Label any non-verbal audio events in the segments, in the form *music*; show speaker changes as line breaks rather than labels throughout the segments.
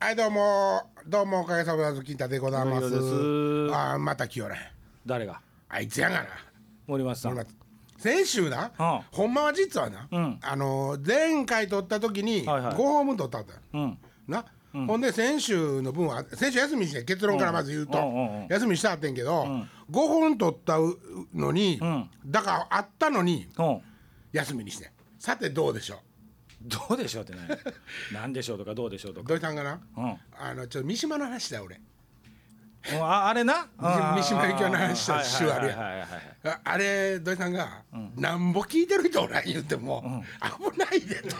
はいどうもどうもおかげさまで金太でございます
森尾です
あーまた来よらん
誰が
あいつやがな
森松さん
俺は先週な、
うん
ほんまは実はな、
うん
あのー前回撮った時に
はい
5
はい
ホーム撮ったんだよ
うん
な、ほんで先週の分は先週休みして結論からまず言うと、
うんうんうんうん
休みしたってんけど、5本取ったのに、
ん
だからあったのに
うん
休みにしてさてどうでしょ
どうでしょうってね *laughs* なんでしょうとかどうでしょうと
う
か
土井さんがな
うんうん
あのちょっと三島の話だ俺
ああれな
三島由紀夫の話した週あるやん
はいはいはいはい
ああれ土井さんが、なんぼ聞いてる人おらん言うても、危ないでと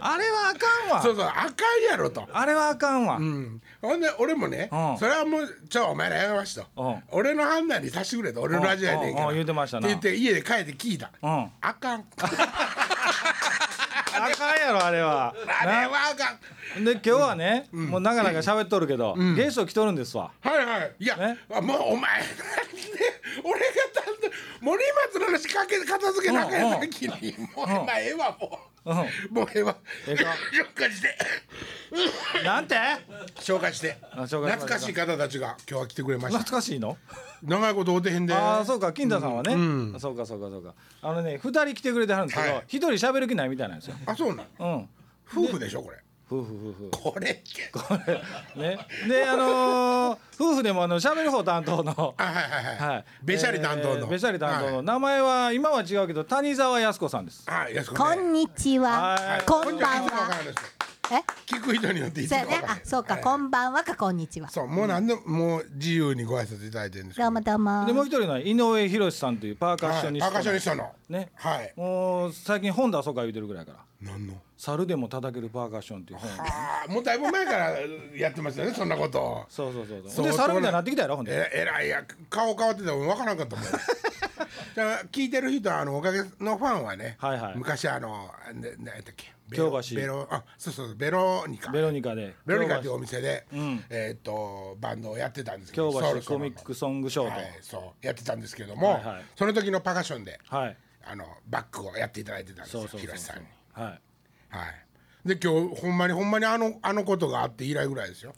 あれはあかんわ
そうそうあかんやろと
あれはあかんわ、
うん、ほんで俺もね、
うん
それはもう「ちょお前らやめまし」と
うん
「俺の判断にさしてくれ」と「俺のラジオやねんから」
うんうんうん言うてましたな
って言って家で帰って聞いた「
うん
あかん」
あかんやろあれは
「あれはあかん」
なで今日はね、もう長々喋っとるけど、ゲスト来とるんですわ
はいはいいや、
ね
あもうお前なんで俺が担当森松の話かけ片付けなきゃや時に、もう今ええわもう、もうええわ
ええか
紹介して
なんて
紹介して
あ紹介しましょうか
懐かしい方たちが今日は来てくれました
懐かしいの、
長いことおてへんで
ああそうか金田さんはね、そうかそうかそうかあのね二人来てくれてはるんですけ
は
ど
い
一、人喋る気ないみたいなんですよ
あそうなの
うん
夫婦でしょこれ
夫婦夫婦
これ
ね、であのー夫婦でもあの喋る方担当の、
あはいはいはい、
はい、
べしゃり担当の、
えーべしゃり担当の、
はい
名前は今は違うけど谷沢靖子さんです。
あ安子ね
こんにち
は
は。
い
こん
こ
ばん
にちわか
は。
る人
え、
聞く人によっていつ
そ
か
うや
分か
ね
る。
あ、そうか、
はい
こんばんはか、こんにちは。
そうもう何でも、もう自由にご挨拶いただいてるんですけ
ど
ど
うもどうも
で。もう一人の井上博さんというパーカッショ
はい
ニ
パーカッ
ス
シ
ト
ョ
の
ニストの
ね、
はい
もう最近本出そうか言うてるぐらいやから
何の
「猿でも叩けるパーカッション」っていう本
ああもうだいぶ前からやってましたねそんなことを
そうそうそうそ
そうう
で猿みたいになってきたやろほんで
ええらいや顔変わってたもん分からんかった
*laughs*
もんじゃあ聞いてる人はあのおかげのファンはね、
はいはい
昔あのね何やったっけベロ
京橋
ベロあそうそうベロニカ
ベロニカで
ベロニカっていう
京
お店で、えーっとバンドをやってたんですけどソウル
橋
その
コ
ま
ミ
ま
ックソングショー
はい
ト、
そうやってたんですけども、
はいはい
その時のパーカッションで
はい
あのバックをやっていただいてたんです
そ
よ
うそう
ひ
そう
ろし
そ
さん
う
に。
はい
はい、で今日ほんまにほんまにあのあのことがあって以来ぐらいですよ。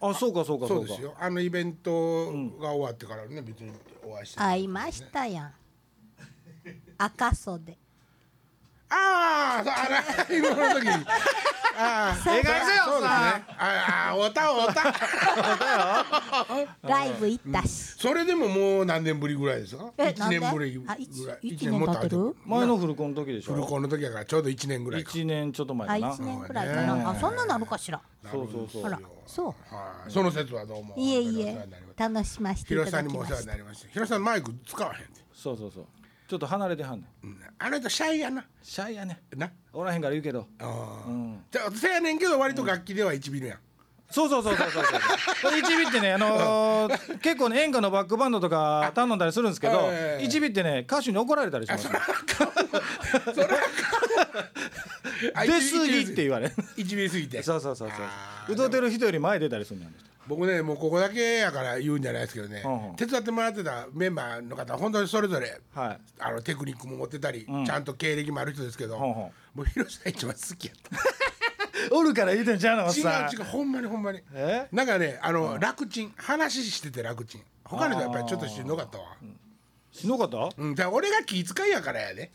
あそうかそうか
そ
そううか
ですよあのイベントが終わってからね別にお会いしてない
会いましたやん。赤袖。
ああそうあら今の時
*laughs*
にああ
ええかいせよ
そうですね
さ
ああおたおた
*laughs* ライブ行ったし。
それでももう何年ぶりぐらいですか
え
一年ぶりぐ
なんで
ら
あ
い
一一年経ってる
もっと
前の古婚の時でし
古
ょ
高の時やからちょうど一年ぐらいか
1年ちょっと前
あ、
か
一
な
年くらいかな。あ、そんななるかしら。
そうそうそう
あら、そう。
はいその説はどうも
いえい
本当にお世話に
え
なりまし。た
楽しませて
ひ
い
ろ
た
しさ
だ
ん
き
にもお
ま
世話
し
に
た。
なりましたひろしさんマイク使わへんで、
そうそうそうちょっと離れてはんねん
うんあの人シャイやな
シャイやね
な
おらへんから言うけど
ああ、
ん
じゃあせやねんけど割と楽器では1ビルやん、
そうそうそうそうそうそう *laughs* 一尾ってねあのー結構ね演歌のバックバンドとか頼んだりするんですけど
ええ
一尾ってね歌手に怒られたりします
あ
出過ぎって言われる
1ビル過ぎて
そうそうそう
あ
そう歌ってる人より前出たりするんやん
僕ねもうここだけやから言うんじゃないですけどね、
うんうん
手伝ってもらってたメンバーの方本当にそれぞれ
はい
あのテクニックも持ってたり、ちゃんと経歴もある人ですけど、
んうん
もう広瀬さん一番好きやっ
おるから言うてんちゃうのおっさん
た違う違うほんまにほんまに
え
なんかねあの、楽ちん話してて楽ちん他の人はやっぱりちょっとしんどかったわ
しのかった
うん、だから俺が気遣いやからやで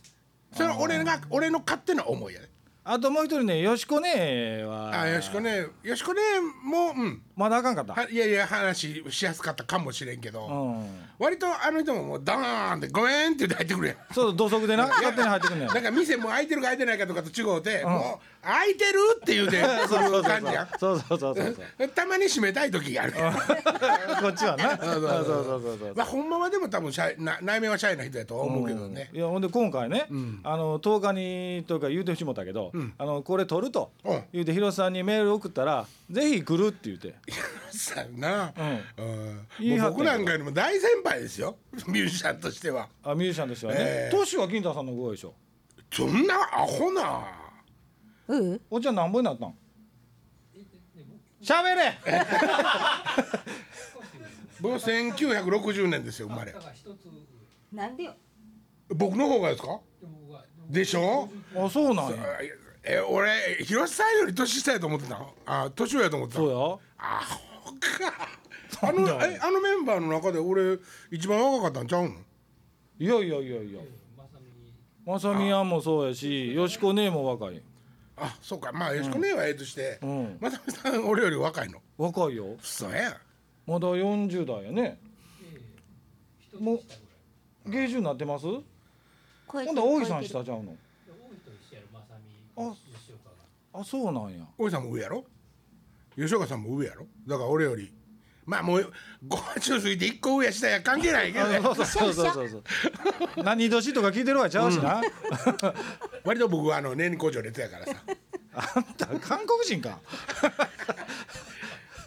それは俺が俺の勝手な思いやで
あともう一人ねよしこね
あ
は
よしこねよしこねもうん
まだあかんかった
は、いやいや話しやすかったかもしれんけど、
うん、
割とあの人ももうドーンって「ごめん」って言って入ってくるやん。
そう土足でな勝手に入ってくんねん
なんか店もう開いてるか開いてないかとかと違うて、もう開いてるって言うて *laughs* くる感じや
そうそうそうそうそう
たまに閉めたい時がある
こっちはな *laughs* そう
そうそうそう
そうそうそう
まあほんまはでも多分シャイな内面はシャイな人やとは思うけどね、
いやほんで今回ね、あの10日にというか言うてしもたけど、あのこれ取ると
うん
言うて広瀬さんにメール送ったら「ぜひ来る」って言うて
さあな、うん
言い
もう僕
張ってんけど
なんかよりも大先輩ですよ *laughs* ミュージシャンとしては
あミュージシャンとしては
え
ね
え
トシは金太さんのごでしょ
そんなアホな
うん。
おっちゃんなんぼになったんしゃべれ
僕は1960年ですよ生まれ
なんでよ。
僕の方がですかでしょ
あそうなんや
あいやえ俺広瀬さんより年下やと思ってたのあ年上やと思ってた
そうよ
あほか
*laughs*
あのえあのメンバーの中で俺一番若かったんちゃうの
いやいやいやいやまさみやんもそうやしよしこ姉も若い
あそうかまあよしこねえはええとして、
うん
まさみさん俺より若いの
若いよ
そうや
まだ40代やねもう芸術になってますほ
声
んで大井さん下ちゃうのあ
吉岡が
あそうなんや
大井さんも上やろ吉岡さんも上やろだから俺よりまあもう50過ぎて一個上や下や関係ないけどね
あそうそうそうそうそうそう *laughs* 何年とか聞いてるわちゃうしな、
割と僕はあの年功序列や
*laughs*
からさ
あんた韓国人か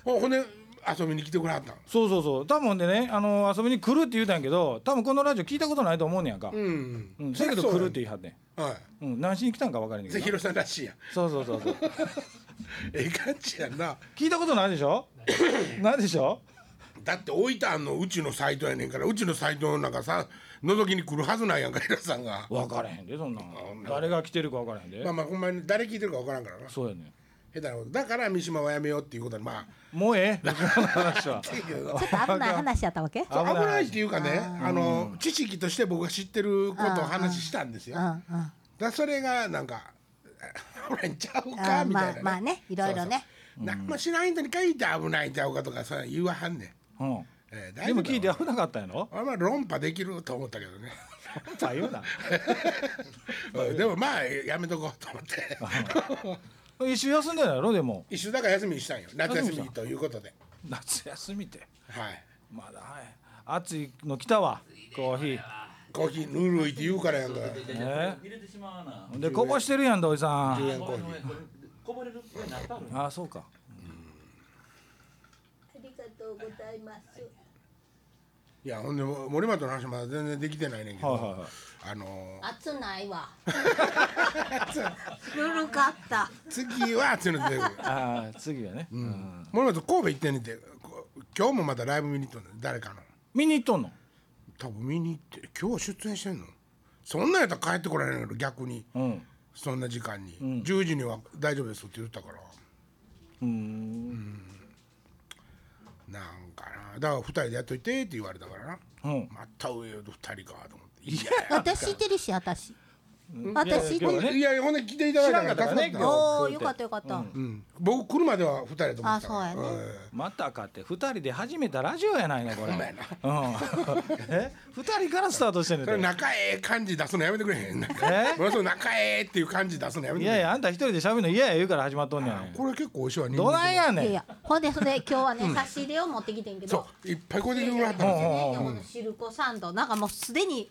ほほんで遊びに来てくれはったん
そうそうそう多分でねあの遊びに来るって言うたんやけど多分このラジオ聞いたことないと思うねやんか
うん
うん、せやけど来るって言い張ってん
は
うん、何しに来たんか分から
い
んねん
ぜ
け
ひ
どな
ろさんらしいやん
そうそうそうそう
ええ感じやんな
聞いたことないでしょないでしょ
だって置いたんのうちのサイトやねんからうちのサイトなんかさ覗きに来るはずなんやんか平さんが
分からへんでそんなん誰が来てるか分からへんで、
まあまあほんまに誰聞いてるかわからんからな下
そうやねん
手なことだから三島はやめようっていうことでまあ
もう *laughs* ええ僕の話は
いいけど
ちょっと危ない話やったわけ
そう危ないっていうかねあの知識として僕が知ってることを話したんですよ
う
だ
ん
か
うん
らそれがなんか *laughs* 「俺ちゃう
あ
か」
ー
みた
ま
いな
あまあねいろいろね
何もしない人に限って危ないんちゃうかとかさ言わはんねん
うん
えー
で
大丈
も
夫だ
聞いて危なかったんや *laughs* ろ
俺は論破できると思ったけどね
さような
うんでも *laughs* まあやめとこうと思って
一週休んでないやろでも
一週だから休みにしたんよ夏休みということで
夏休みって
はい
まだはい暑いの来たわコーヒー
コーヒーぬるいって言うからやんか
ね
入れてしまわな
でこぼしてるやん土井さ
10
ん
円コーヒ
ごめん
ー
ごめんこぼれるってなった *laughs* の
あそうか
ありがとうございます
いやほんで森本の話まだ全然できてないねんけ
はいはい
ど
はい
あのー
熱ないわ *laughs* 古かった
次はっていうので
あー次はね、うん
森本神戸行ってんねんてこ今日もまたライブ見に行っとんねん誰かの
見に行っとんの
多分見に行って今日出演してんのそんなんやったら帰ってこられないけど逆に
うん
そんな時間に、10時には大丈夫ですって言ったから
うん
なんかなだから2人でやっといてって言われたからな
うん
また上と2人かと思ってい
私知ってるし私私知っ
いやいや
てる
やいやいやほんで来ていただいたから助かっ
知
た
らんかったからね
よ
おおよかったよかった
うん、僕来るまでは2人と思ってたから
あそうやね
ん
またかって二人で始めたラジオやないのこれ、うん、 *laughs*
やな
え二人からスタートしてんねん
それ
て
仲ええ感じ出すのやめてくれへんなんか
え
ものすごい仲ええっていう感じ出すのやめ
い
てくれ
や
へん
いやあんた一人で喋るの嫌や言うから始まっとんねん
これ結構おいしいわ人
どないや
い
ね
や
ん
いやほんでそれ今日はね差し入れを持ってきてんけど
そういっぱいこうできてくれはったんですよ
うんうんうん
このシルコサンドなんかもうすでに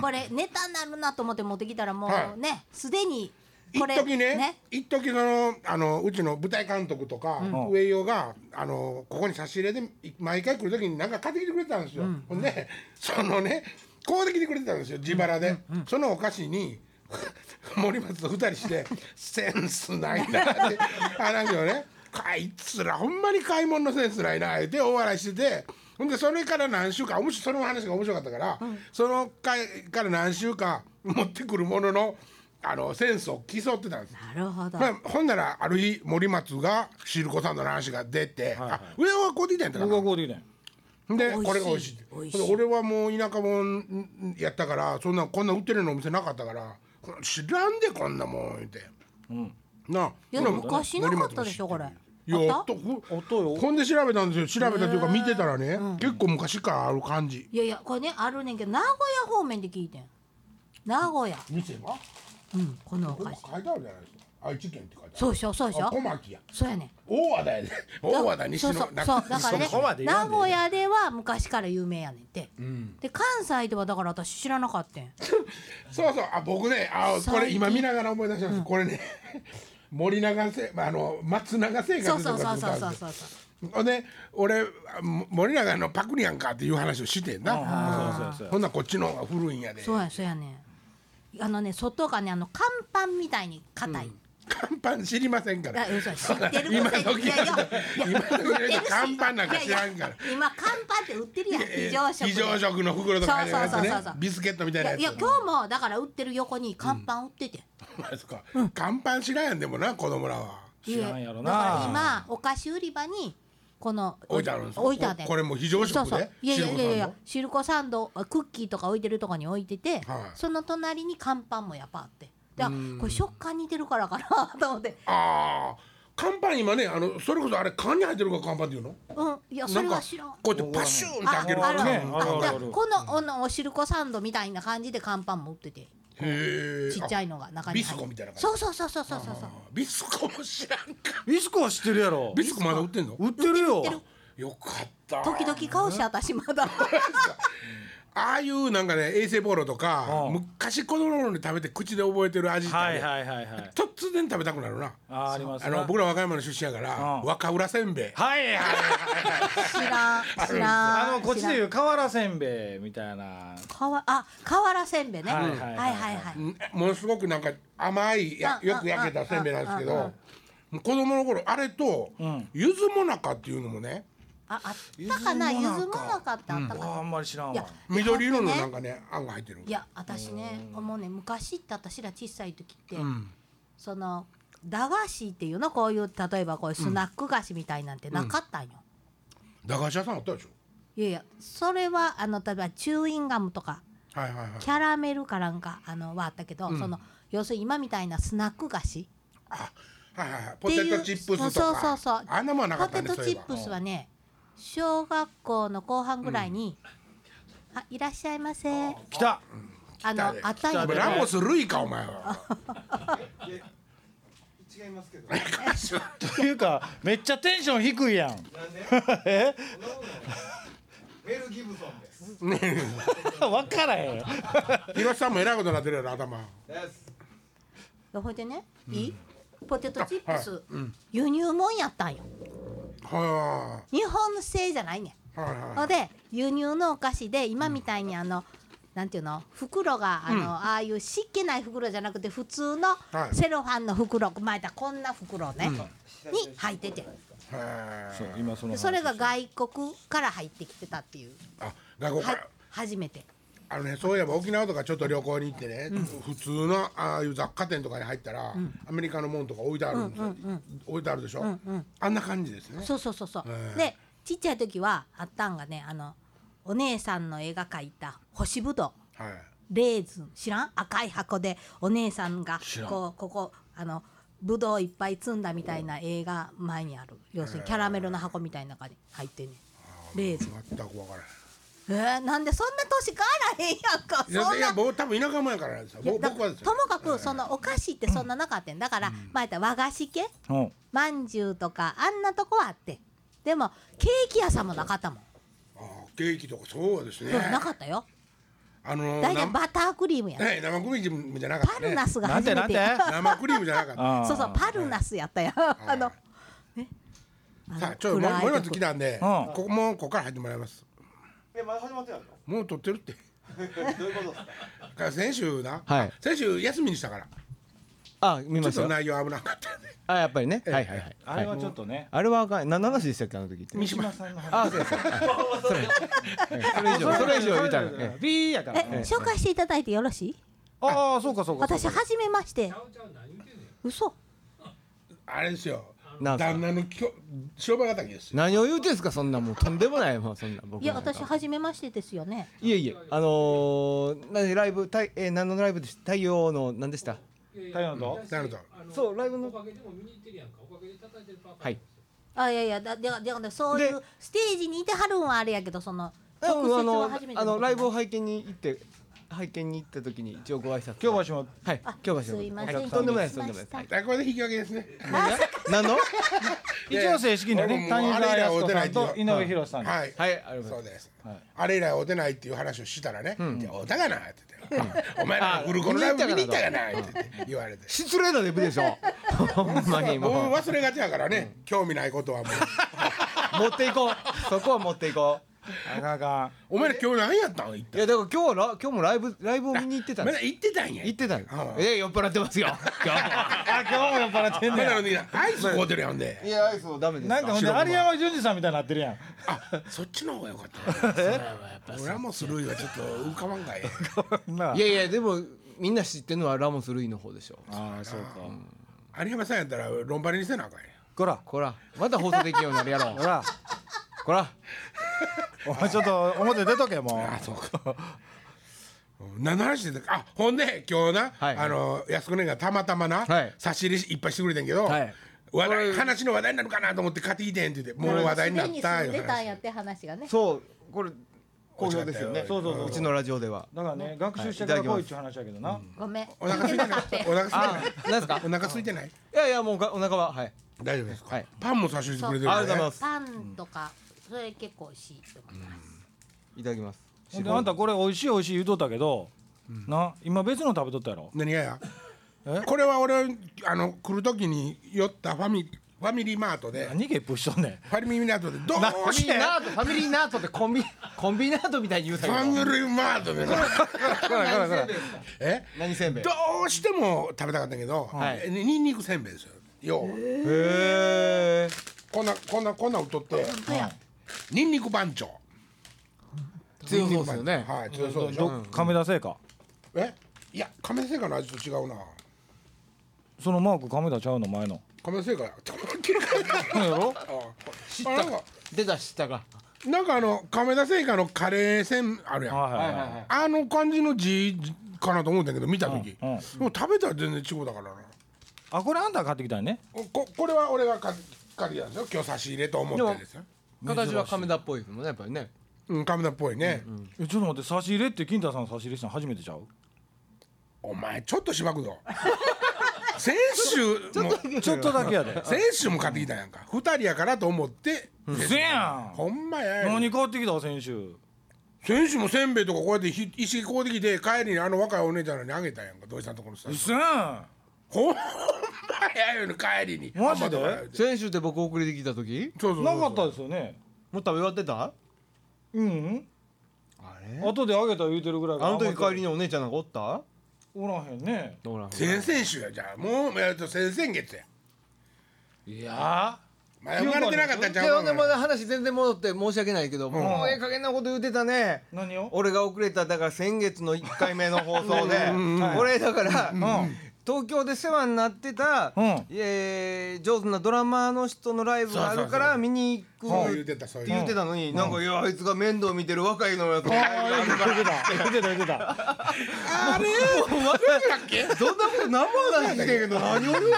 これネタになるなと思って持ってきたらも
はいう
ねすでに
一
これ
時ね一時そのあのうちの舞台監督とか、上与があのここに差し入れでい毎回来る時に何か買ってきてくれてたんですよ、ほんでそのねこうできてくれてたんですよ自腹で、そのお菓子に *laughs* 森松と二人して「センスないな」 *laughs* って話をね「あいつらほんまに買い物のセンスないな」って大笑いしてて。ほんでそれから何週間面白いその話が面白かったから、その回から何週間持ってくるもののあのセンスを競ってたんです。
なるほど
まあ、ほんならある日森松がシルコさんの話が出て、あ上はこうでいたんやったか
僕
な
はこうで言うねん
で
美味しい
これが美味しいって
美味しい
ほんで俺はもう田舎もんやったからそんなこんな売ってるようなお店なかったから知らんでこんなもん言うて、なあ
いや
ほら
昔なかったでしょ
森
こ
松も知ってる
れ
いや
あ
あ
っ
った
あったよ
ほほんで調べたんですよ調べたというか見てたらね、結構昔からある感じ
いやいやこれねあるねんけど名古屋方面で聞いてん名古屋
店は
うんこのお
これ
菓
も
子
書いてあるじゃないですか愛知県って書いてある
そうでしょそうでし
あ
ょ
小牧や
そうやねん
大和田やで大和田西の
そうそう
中
そうだからね
そこまで言わ
名
んでええ
古屋では昔から有名やねんて、で関西ではだから私知らなかったん
そうそう、あ、僕ね、あ、
最近
これ今見ながら思い出します。これね。 *laughs* 森永製、まああの、松永製
そ
菓
うそうそうそうそう
う。
そう
ほんで、俺、あも森永のパクリやんかっていう話をしてん
あーそう
な
や。そうやそうや
ほんならこっちの方が古いんやで。
そうやそうやねんあのね外がねあの乾パンみたいに硬い、
乾パン知りませんから
だ嘘知ってるくせにいやいやいや
今時
売ってるし
乾パンなんか知らんから
いやいや今乾パンって売ってるやん
え
非常食
非常食の袋とか入れるやつ
そうそうそう
ね
そうそう
ビスケットみたい
い
な
や
やつ
いや今日もだから売ってる横に乾パン売ってて、
*laughs* そうですか乾パン知らんやんでもな子供らは
知らんやろな
だから今お菓子売り場にこの
置いてあるんですよ
置いてあって
ここれも非常食で
そうそういやいやいやいや
シ
シルコサンドクッキーとか置いてるとこに置いて
は
て、
い
その隣に乾パンもやっぱあってだからこれ食感似てるからかなと思って
ああ乾パン今ねあのそれこそあれ缶に入ってるから乾パンっていうの
うんいやそ
な
れ
ん
は
か
知らん
こうやってパシューンって開ける
ああるある
ねあるあるある
あじゃあこのあのおしるこサンドみたいな感じで乾パンも売ってて
へえ
ちっちゃいのが中に入っ
ビ
て
スコみたいな感じ
そうそうそうそうそうそうそう
ビスコも知らんか
ビスコは知ってるやろ
ビスコまだ売ってんの
売ってるよ
売ってる
よかった
時々顔して私ま
*laughs*
だ
ああいうなんかね衛生ボロとか
うん
昔子供の頃に食べて口で覚えてる味ってあ
は
る
い
やん
はいはいはい
突然食べたくなるな
あーあります
あ
な
の僕ら和歌山の出身やから
うん
若浦せんべい
はいはいはい
知らん知ら
あ
ん
のこっちで
知
い
らん
う瓦せんべいみたいな
かわあ瓦せんべいね
は
はいい
はい
は
はい
いはい
うんものすごくなんか甘いや
うん
よく焼けたせんべいなんですけ
うんうん
どもう子供の頃あれと
ん
ゆずもなかっていうのもね
ああったかな
ゆ
ゆ
ずも
ず
なか
もなかったあったか
あ
なん
まり知らん
いや
わ
緑色の
だって
な
ね
んかねあんが入ってる
いや私ねもうね昔って私ら小さい時って、
ん
その駄菓子っていうのこういう例えばこういうスナック菓子みたいなんてなかったんよ、
駄菓子屋さんあったでしょ
いやいやそれはあの例えばチューインガムとか
はいはいはい
キャラメルかなんかあのはあったけど、その要するに今みたいなスナック菓子
あはいはいはいポテトチップスと
そうそうそ
か
う
あんなもんはなか
ポ
ったね
テト
そういえ
チッ
ば
プスはね小学校の後半ぐらいに「あいらっしゃいませ」
来た
来た
あの
で
あったん
来
や
お前
た
け
で
ど
ラモスルイかお前は *laughs*
違いますけど。
というかめっちゃテンション低いやん
なんで？
*laughs* え
メルギブソンです。
わからへんよ
広瀬さんも偉いことになってるやろ頭
です。
ほいでね、いいポテトチップス、輸入もんやったんよ
は
日本製じゃないねん
いはいはい
ので輸入のお菓子で今みたいにあの、なんていうの袋があの、ああいう湿気ない袋じゃなくて普通の
はい
セロファンの袋まいたこんな袋ね、に入ってて
へ
そう
え
今その
で
話
それが外国から入ってきてたっていう
あ外国か
は
ら
初めて
あのねそういえば沖縄とかちょっと旅行に行ってね、普通のああいう雑貨店とかに入ったら、アメリカのもんとか置いてあるんですよ、置いてあるでしょ、あんな感じですね
そうそうそうそう、
へえ
でちっちゃい時はあったんがねあのお姉さんの絵が描いた干しぶどう
はい
レーズン知らん赤い箱でお姉さんが
知らん
こうここあのぶどういっぱい積んだみたいな映画前にある要するにキャラメルの箱みたいな中に入ってんねんレーズン
全く分からへん
えー、なんでそんな年変わらへんやんか
いや
そ
い
ん
や
な
僕多分田舎もやからなんですよ
いや
僕
だ
僕はです
と
よ
もかくそのお菓子ってそんななかったんだから、前言った和菓子系
うん
まんじゅうとかあんなとこはあってでもケーキ屋さんもなかったもん、
あーケーキとかそうですね
うんなかったよ
あのー
大体
生
バタークリームやん
はい生クリームじゃなかっ
パ
た
ル
ね
ナスが
なん
初
て
めて
なんて
や
生クリームじゃなかった
あー
そうそうパルナスやったやん *laughs* あのねあの
さあちょっともうも
暗い
う
とこ
一つ来たんで、
うん
ここもうここから入ってもらいます
え、まだ始まってない
もう撮ってるって
の？どういうことですか？
だから先週な、
はい
先週休みにしたから
あ見
ちょ
ま
っ
した
と
よ
内容危なかったんで
あやっぱりねはいはいはい
あれ
は
はいちょっとね
あれはあかんな何の話でしたっけあの時って
三島
さんの話
あそうですそれ以上それ以上見たらえ
ビーやから
え紹介していただいてよろしい
ああそうかそうかそう
私
か
初めまして嘘
あれですよ
なんすか
旦那のきょ商売敵ですよ
何を言うてんすかそんなもうとんでもないもうそんな僕
いや
なんか
私初めましてですよね
いえいえあのー何ライブたいえー何のライブでした太陽の何でした
太陽の
なるほど
そうライブのはい
あいやいやだではではそういうステージにいてはるんはあれやけどその
あ
直接
の
は初めて
あのライブを
を
拝見に行って拝見に行った時に一応ご挨拶
今日はも
はい
あ
今日
すいません
とんでもないですとんでもないです
失
は
礼
い
し
あこれで引き分けですね
何の
一応正式にはね
いやい
谷
や
川
もうあ
康子
れ以来
さ
会うてない
んと
って
井上弘さん
はい、
はいありがと
そううです、
はい
あれ以来会うてないっていう話をしたらね「いや会うたがな」って言って「お前ら
あ
グルコのライブ見
見
に
に
行
行
っ
ったた
が
か
な」って言って言われて。
失礼なデブでしょ *laughs* ほんま
*laughs*
に
も
も
う
う *laughs*
忘れがちやからね、興味ないことはもう
持っていこうそこは持っていこう
あかんあかん
お前ら今日何やったん行っ
いやだから今日はラ今日もライブライブを見に行って
た
たん
ま
です
だ行ってたんや
行ってたよ
ああ
ええ酔っ払ってます *laughs* よ今日も
あ今日も酔っ払ってん
ま
ね
だ
ん
あのねアイス買うてるやんで
いやアイスもダメです
なんかほんで有山淳二さんみたいになってるやん
あそっちの方が良かったな俺はもうスルーイはちょっと浮かばんかい *laughs*
ない
やいやでもみんな知ってるのはラモス・ルイの方でしょ
ああそうか
有山さんやったらロンバリにせなあかんや
こら
こらまた放送できるようになるや *laughs* ろ
こら
こら
お前ちょっと表出とけも
あそうか何の話してたあほんで今日な、
はい
あの安子ねがたまたまな、
はい
差し入れいっぱいしてくれてんけど、
はい
話題話の話題になるかなと思って買ってきてんって言ってもう話題になった
すでに住んでたんや
よ
って話がね
そうこれ好評ですよね
そうそうそう
うちのラジオでは
だからね学習してから来いっちゅう話やけどな
ごめん
お腹空
聞
い
い
て
て
な
ないかった
お腹空いてな
あ
い
なんですか
お腹空いてない
いやいやもうおかお腹ははい
大丈夫ですか、
はい
パンも差し入れてくれてる
ありがとうございます
パンとかそれ結構美味しいと思います
いただきます
ほんであんたこれ美味しい美味しい言うとったけどな今別の食べとったやろ
何がや
え
これは俺あの来る時に寄ったファミファミリーマートで
何ゲップしとんねん
ファミリーマートでど
フ
う
ァミ
し
リー
て
ナートファミリーナートってコンビ *laughs* コンビナートみたいに言うた
フ
けど
ァミリーマートでな
こらこらこら
え
何せんべい
どうしても食べたかったけど、
はい
にんにくせんべいですよよう、
へえ
こんなこんなこんなを取って
本当や
にんにく番長
強そうですよね
はい強そうでしょ、
ど亀田製か
えいや亀田製菓の味と違うな
そのマーク亀田ちゃうの前の
亀田製菓ちょっと切り替えた
そうやろ
*laughs* 知っ
あなんか
た出た知ったか
なんかあの亀田製菓のカレーせんあるやん、
はいはい
はい
は
はいいはい
あの感じの字かなと思うんだけど見た時、
うんうん
でも食べたら全然違うだからな
あこれあんたが買ってきたんやね
ここれは俺が買ってきたんですよ今日差し入れと思ってるんですよ、
形は亀田っぽいですもんねやっぱりね
うん、亀田っぽいね、
えちょっと待って差し入れって金太さんの差し入れしたの初めてちゃう
お前ちょっとしばく
*laughs*
ぞ先週も
ちょっとだけやで
先週も買ってきたやんか二人やからと思って
うせやん
ほんまや
何買ってきた先週
先週もせんべいとかこうやってひ石こうてきて帰りにあの若いお姉ちゃんらにあげたやんか土井さんとこのさ
うせや
ほんまやよね帰りに
マジで
あんまとか
先週って僕遅れてきた時
そうそ
ん
う
な
そう
かったですよね
もう食べ終わってた
うん
あれ
後であげた言うてるぐらい
あの時帰り
に
にお姉ちゃんなんかおった
おらへんね
おらん
先々週やじゃあもうえっと先々月や
いや
まだ生まれてなかったんち
でほ
ゃうんか
で
な
まだ話全然戻って申し訳ないけど、もうええ加減なこと言うてたね
何を
俺が遅れただから先月の1回目の放送で
うん
俺だから、東京で世話になってた、
うん
えー上手なドラマーの人のライブがあるから見に行く
そう
っ
言う
て
てたそう言
言
う
っててたのに、なんかいやあいつが面倒見てる若いのやつが
言ってた言ってた言ってた
あれそんなこと何も話してんけど何を言う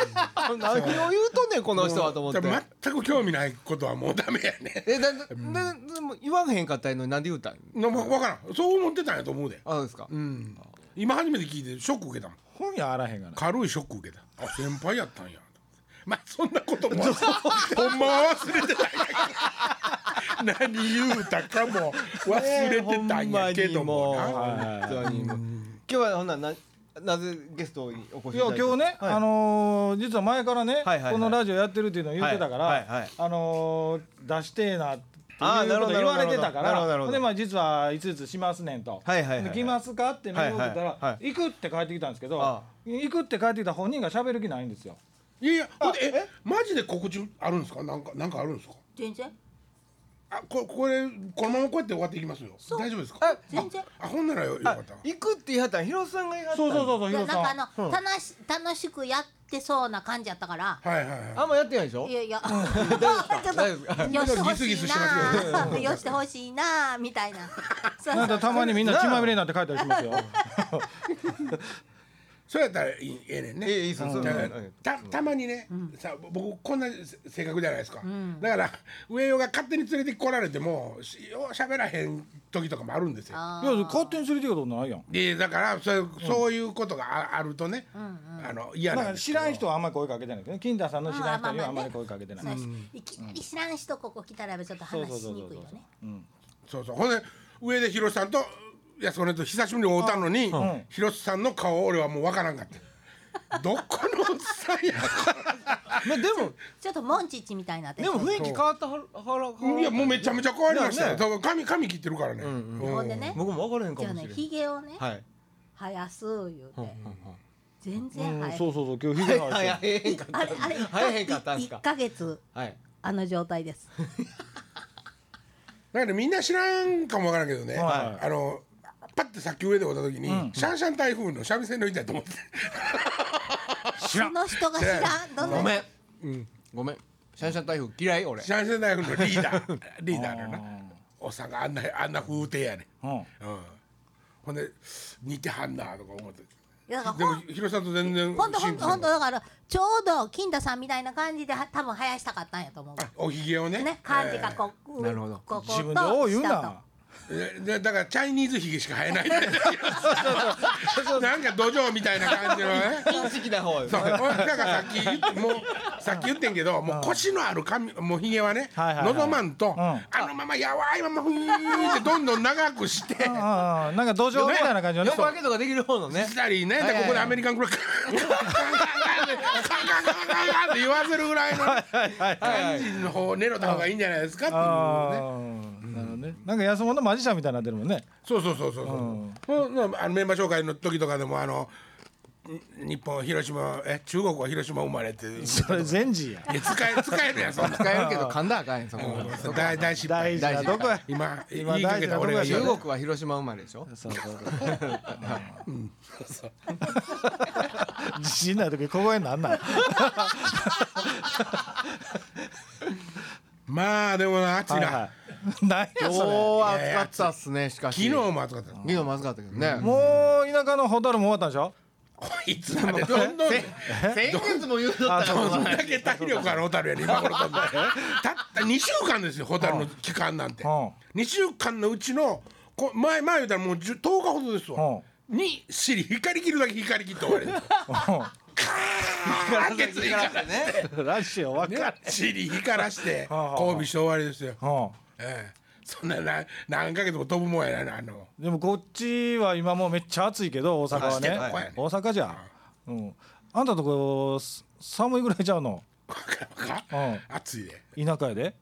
*laughs* 何を言うとんねんこの人はと思って。
た全く興味ないことはもうダメやね
えだだだでも言わへんかったのになんで言うたん
の分からんそう思ってたんやと思うで
あそうですか、
うん今初めて聞いてショック受けたもん
本屋あらへんがな
軽いショック受けたあ先輩やったんやまあそんなこと
*laughs*
もほんまは忘れてたんやけど何言うたかも忘れてたんやけども
ほん
な
まにもう本当にもう今日はほんならななぜゲストにお越
い
しい
や
ただいて
今日ね、
はい
あのー実は前からね、
はいはいはい
このラジオやってるっていうのを言ってたから、
はいはいはい
あのー出してえなって
あー
い
な
う
る
こ
ほ
と
ど
言われてたか
なるほどなる
ら
ほど
でまあ実はいついつしますねんと「
はいはいはいはい
で来ますか?」ってメール送ったら、
はいはいは
行く」って帰ってきたんですけど
ああ
行くって帰ってきた本人が喋る気ないんですよ。
いやいやほんでえマジで告知あるんですかなんかなんかあるんですか
全然
あここれこのままこうやって終わっていきますよ大丈夫ですか
あ
全然
あほんならよよか
あ
った
行くって言いはったん広瀬さんが言いはったん
そうそうそう
う
そう
い
ヒ
やなん
ロさん
かあの、楽し楽しくやってそうな感じやったから
はいはいはい
あんまやってないでしょ
いやい *laughs* や、ちょっと、
大丈夫
よしてほ
ギスギス
しい
してますけ
な、 *laughs* よしてほしいな、みたいな。そう
なんかたまにみんな血まみれになって帰ったりし *laughs* ますよ。
そうやったらいいええねんね
ええいいっすよそれ
だ
は
から
はい
たたまにね、さ僕こんな性格じゃないですか、だから上与が勝手に連れてこられてもしよう喋らへん時とかもあるんですよ
あ
いや勝手に連れて行くことないやん。
でだからそう,、そういうことがああるとね、あの嫌
だ
なん
から
ですけ
知
ど
らん人はあんまり声かけてないけど、ね、金田さんの知らん人にはあんまり声かけて
ー
ない。
そうやしいきなり知らん人ここ来たら、ちょっと話しにくいよね。
そうそうほんで上で広瀬さんと安子ねと久しぶりに会うたのに、広瀬さんの顔俺はもうわからんかったどこのおっさんや
まあでも
ちょっとモンチッチみたいになって
でも雰囲気変わったはるはらはら
いやもうめちゃめちゃ変わりましたよ
ね
だから髪髪切ってるからね、
うん
うん
ほんでね
僕も分からへんか
じゃあ
も
ね
しれない
ひげをね
はい
生やす言う
うんうん
て全然
うん
生え
そうそうそう今日ひげがあ
はい
る *laughs*
は
し
いはい
いあれあれ
生えへんかったんすか
1ヶ月
はい
あの状態です
だからみんな知らんかもわからんけどね、
は
あのパッてさっき上でおった時に、シャンシャン台風の三味線の板やと思って
知ら
そ
ん
の人が知らんどん
ご
な
めんごめんシャンシャン台風嫌い俺
シャンシャン台風のリーダ
*laughs*
ーリーダーだよなおっさんがあんなあんな風景やね、
うん
うん、ほんで似てはんなとか思って
いやだか
で
ら
も広さんと全然
ほんとほ
シ
ん
ンプ
と
ル
ほんとだからちょうど金田さんみたいな感じでは多分生やしたかったんやと思う
おひげをね
ね感じがこう
なるほど
ここと
自分で「おう」言う
下と
な
えでだからチャイニーズひげしか生えないなんか土壌みたいな感じのね
好きな方
そうだからさっき言ってもうさっき言ってんけどもう腰のある髪もうひげはね
はいはいはい
望まんと、
ん
あのままやわいままふーんってどんどん長くして
うんうんうんなんか土壌みたいな感じよね
横分けとかできる方のね
したりね、
はいはいはい
でここでアメリカンクラッカーカンカンカンカンカンカンカンカンカンって言わせるぐらいの感じの方を狙った方がいいんじゃないですかっていうね
あーなるほどねなんか安物のマジシャンみたいになってるもんね
そうそうそうそうそう、ほんなあのメンバー紹介の時とかでもあのん日本広島え中国は広島生まれっていや
それ全治や
使え *laughs* 使えるやんそんな
使えるけど噛んだらあかんやんそこ
大大失
大
敗
事などこや
今
今
言いかけた俺が
大事
言
な
中
う
とこ
国は広島生まれでしょ
そうそうそううん自信ない時小声になんなん
まあでもな暑いな、
はい、なんや
今日
そ
は暑かったっすねしか
昨
し
日も暑か
*laughs*
った
昨日も暑かったけどね
れもう田舎のホタルも終わったんでしょ
こいつまでどんどん
先月も言うとっ
あそう
どんだけ体力あるホタルやね今頃とたった2週間ですよホタルの期間なんて
うん
2週間のうちのこ前前言うたらもう10 10日ほどですわに尻光り切るだけ光り切って
*laughs*
終わりですカーッてついから
ね
うんラジオわか
ね尻光ら
*laughs*
して交尾して終わりですよ
う
ええそんなな何ヶ月も飛ぶもんやなあの *laughs*
んでもこっちは今もうめっちゃ暑いけど大阪はね
まあしてたはい
大阪じゃ、うん、あんたとこす寒いぐらいちゃうのうん
暑いで
田舎やで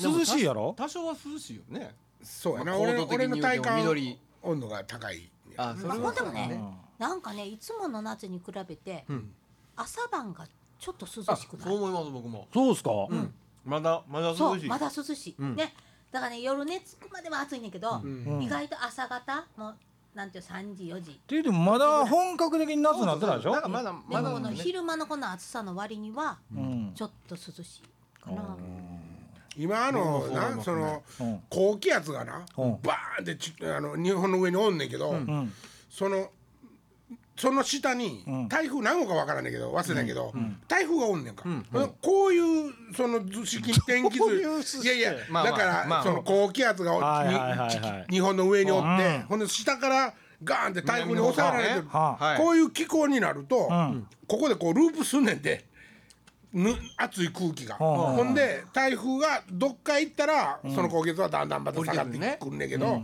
涼しいやろ
多少は涼しいよね
そうやな、
まあ
俺
高
の
度的
俺
に
の
言う
体
ても
感
緑
温度が高い
あそれ
まあ
は
ほんでもねなんかねいつもの夏に比べて朝晩がちょっと涼
あ
しくな
そう
る
思います僕も
そうっすか、
まだまだ
そ
涼
う
しい
まだ涼しいねだからね夜寝つくまでは暑いねんけど意外と朝方もうなんていう3時4時
っていうてもまだ本格的に夏になってないでしょ
なんかまだ
で
ま
もこ
だ
の
ね
昼間のこの暑さの割には
うん
ちょっと涼しいかな
今の
うん
なその
うん
高気圧がなバ
う
ーンっ
ん
てちあの日本の上におんねんけど
ん
そのその下に
ん
台風何号かわからんねんけど忘れないけど台風がおんねんかこういうその図式天気
どういう
図
図
い
式
やいや
まあま
だ
あ
か
ま
ら
あ
その高気圧が
はいはいはい
お
はい
に日本の上におっ
うん
てほんで下からガーンって台風に抑えられてる
南の
方ね
はい
こういう気候になると
ん
ここでこうループすんねんで。ぬ熱い空気が、
ん
ほんで台風がどっか行ったら、その高気圧はだんだんまた下がって
降りてく
くんねんけど、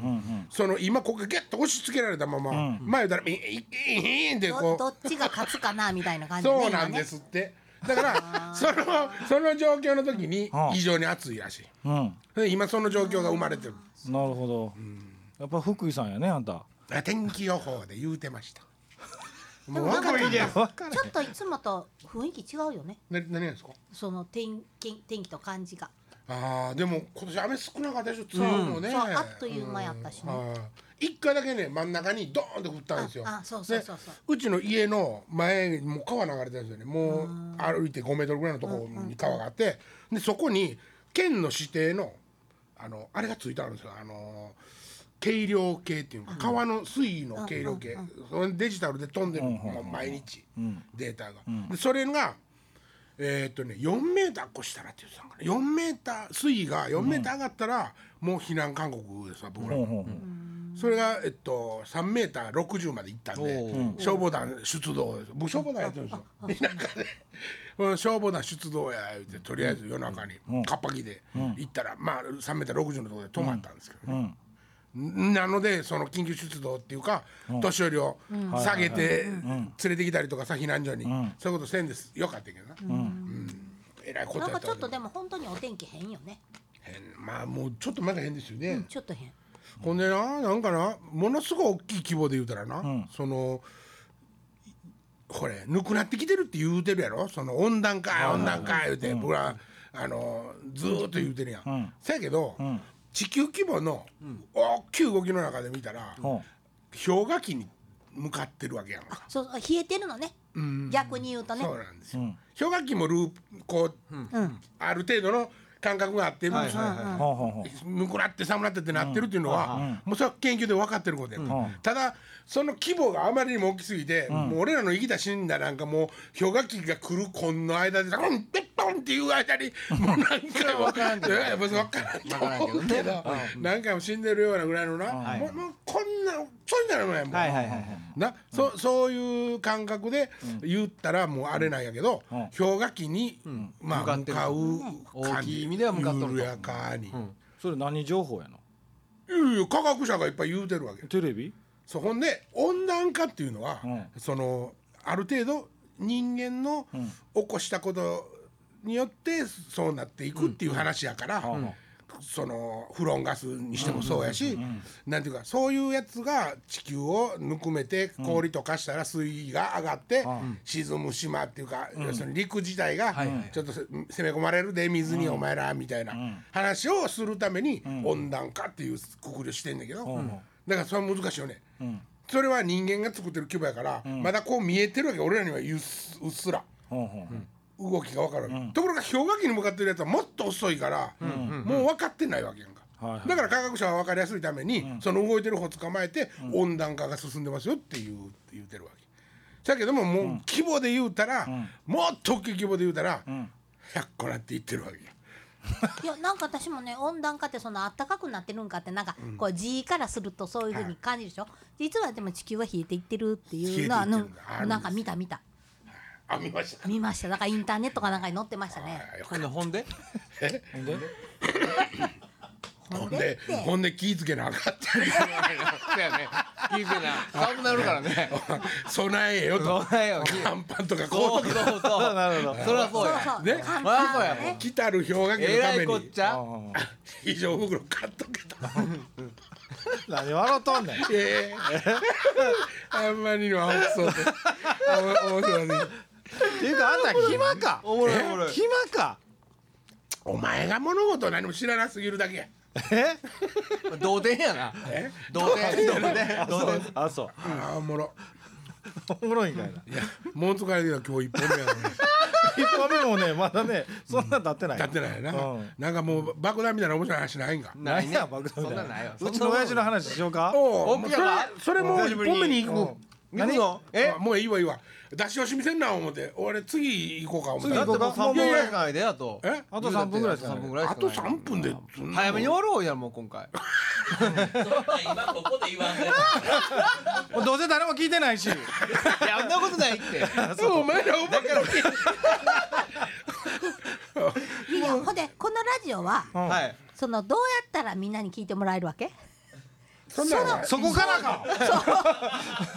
その今ここがギュッと押し付けられたまま、前言うたら「いいいいいん」ってこ
ど
う
どっちが勝つかなみたいな感じでね
そうなんですって、だからそのその状況の時に
うん
異常に暑いらしい
うん
で今その状況が生まれてる
なるほど、やっぱ福井さんやねあんた
あ天気予報で言うてました
で
もう
もなんか
若い
ち
じゃ
ょ
ん
っとちょっといつもと雰囲気違うよね
な何がですか
その天気天気と感じが
ああでも今年雨少なかったでしょ梅雨もね、
そうあっという間やったしね
はい一回だけね真ん中にドーンって降ったんですよ
ああそうそうそうそう
でうちの家の前にもう川流れてるんですよねもう歩いて5メートルぐらいのところに川があってでそこに県の指定のあのあれがついてあるんですよあの計量計っていうか川の水位の計量計それデジタルで飛んでるもう毎日データがでそれがえーっとね4メーター越したらって言ってたんかな4メーター水位が4メーター上がったらもう避難勧告ですわ僕ら
ほ
も
うほうほう
それがえっと3メーター60まで行ったんで
おう
消防団出動です僕消防団やってるんです *laughs* よ田舎でうん消防団出動や言うてとりあえず夜中にカッパ着で行ったらまあ3メーター60のところで止まったんですけどねなのでその緊急出動っていうか、年寄りを下げて連れてきたりとかさ避難所に、そういうことせんですよかったけどな、うんえらいこと
な
や
ん
った
か
わけ
ちょっとでも本当にお天気変よね。
変まあもうちょっとまだ変ですよね、
ちょっと変。
ほんでななんかなものすごい大きい規模で言うたらな、そのこれぬくなってきてるって言うてるやろその温暖化温暖化言うて、僕らあのずーっと言うてるやん。せやけど、地球規模の大きい動きの中で見たら、
うん
氷河期に向かってるわけやんか。
そう冷えてるのね。逆に言うとね。
そうなんですよ、氷河期もループこう、
うん。
ある程度の感覚があって、
はいはいはい
ほうほうほう
ぬくなって寒なってってなってるっていうのは、もうそれは研究で分かってることや、
ん
ただその規模があまりにも大きすぎて、もう俺らの生きた死んだなんかもう氷河期が来るこんの間でドンペッポンっていう間にもう何回も分からんけど *laughs* 分からんと思うけど何回も死んでるようなぐらいのな、もうもうこんなちょいなのやもん、
はいはいはいはい
な、そそういう感覚で言ったらもうあれなんやけど、
ん
氷河期に、まあ、
向かっ
向
てる
かう
大きい意味では向かっとると
緩やかに。
それ何情報やの
いやいや科学者がいっぱい言うてるわけ
テレビ
そうほんで温暖化っていうのは、
うん
そのある程度人間の起こしたことによってそうなっていくっていう話やから、
うん
そのフロンガスにしてもそうやし、なんていうかそういうやつが地球をぬくめて氷と化したら水位が上がって、沈む島っていうか、要するに陸自体が
はいはい
ちょっとせ攻め込まれるで水にお前らみたいな話をするために温暖化っていうくくりをしてんだけど、
うん
だからそれは難しいよね。それは人間が作ってる規模やから、まだこう見えてるわけ俺らにはうっすうっすら。
ほうほう
動きが分かるわけ、ところが氷河期に向かってるやつはもっと遅いから、もう分かってないわけやんか、
はいはい
だから科学者は分かりやすいために、その動いてる方捕まえて、温暖化が進んでますよっていう言うてるわけだけどももう規模で言うたら、もっと大きい規模で言うたら、100個なっていってるわけや
いやなんか私もね温暖化ってその暖かくなってるんかってなんかこう字からするとそういうふうに感じるでしょ。実はでも地球は冷えていってるっていうのは
冷えていっ
の
てるんだあるんです
なんか見た見た
あ見ました
見ました。だからインターネットかなんかに載ってましたね。
あよか
ほんでほんで
ほんで
ったほんでほんで気ぃつけなあかんって
*laughs* そうやね気づけな危なるからね
備えよと
そうだよ
乾パンとかコ
そ
ー
う
トと
そう
か
そう
なるほど
そりゃ
そ
そう
う
や
そう。
ね
簡
まあそう
単
や
な
も
んね。
来たる氷河期
え
の
ら
ため
いこっ
に
ちゃ
うん
非常袋買っとけと。
何笑っとんねん
えー、あんまりにも青くそうで。あ面白いね。
っていうかあんた暇か
おもろいおもろい
暇か
お前が物事を何も知らなすぎるだけや。
え
同点やな
え
同点同点同点
あそう
ああ、おもろ。
*laughs* おもろいんかいない
や、もう疲れてるよ、今日一本目やの
*laughs*
に。
一歩目もねまだねそんな経ってない
立ってないよな
うん。
なんかもう爆弾みたいな面白い話ないんか。
ないや爆弾
そんなないよ
うちの親父の話しようか
お
お
お、もうそれ
やば、
それもう一本目に行く。
行くのえ
あもういいわいいわ。出し惜しみせんな思って、俺次行こうか思っ
次
て
だ
行
って
こ
も
う
う3分ぐらいしかないであと
え
あと3分ぐらいしか
3
ない
分ぐらいし
あ
かない
と三分で。そんな
早めに終わろうやもう今回
今ここで言わんで
もうどうせ誰も聞いてないし
いやそんなことないって
*laughs*
そうお前ら覚えと
みんなほんでこのラジオは
はい
そのどうやったらみんなに聞いてもらえるわけ？
け。 *laughs* そんなんない
そこからか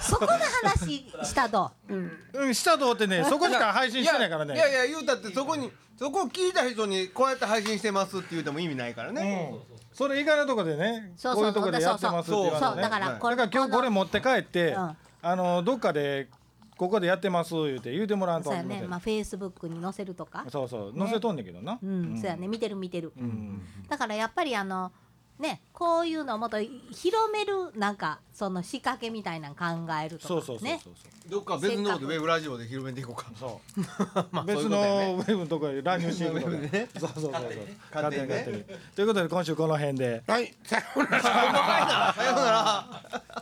そこの話し
*laughs*
たと。
うんしたと思ってねそこしか配信してないからね
いやいやいや言うたってそこにそこを聞いた人にこうやって配信してますって言うても意味ないからね、
それ以外のとこでね
そう
こうい
そ
ううとこでやってますって言わ
そう
れ
だ
て
か
ね
ら
はい
こ
だ
れ
から今日これ持って帰って
うん
あのどっかでここでやってます言うて言うてもらわんと
そうや
思
ねまあ
っ
フェイスブックに載せるとか
てそうそう載せとんねんけどな
うん、そうやね見てる見てる、だからやっぱりあのねこういうのをもっと広めるなんかその仕掛けみたいなの考えるとか
そうそうそう
ね
そうそう
どっか別のことウェブラジオで広めていこうか *laughs*
そう。 *laughs*
あ
別
そう
の
いう
ウェブのとこに乱入していくとか
ウェブね。
そうそうそうそう
勝手にね。
勝手に
勝
勝
手
手
に
に。ということで今週この辺で。
はい、さようなら。
さようなら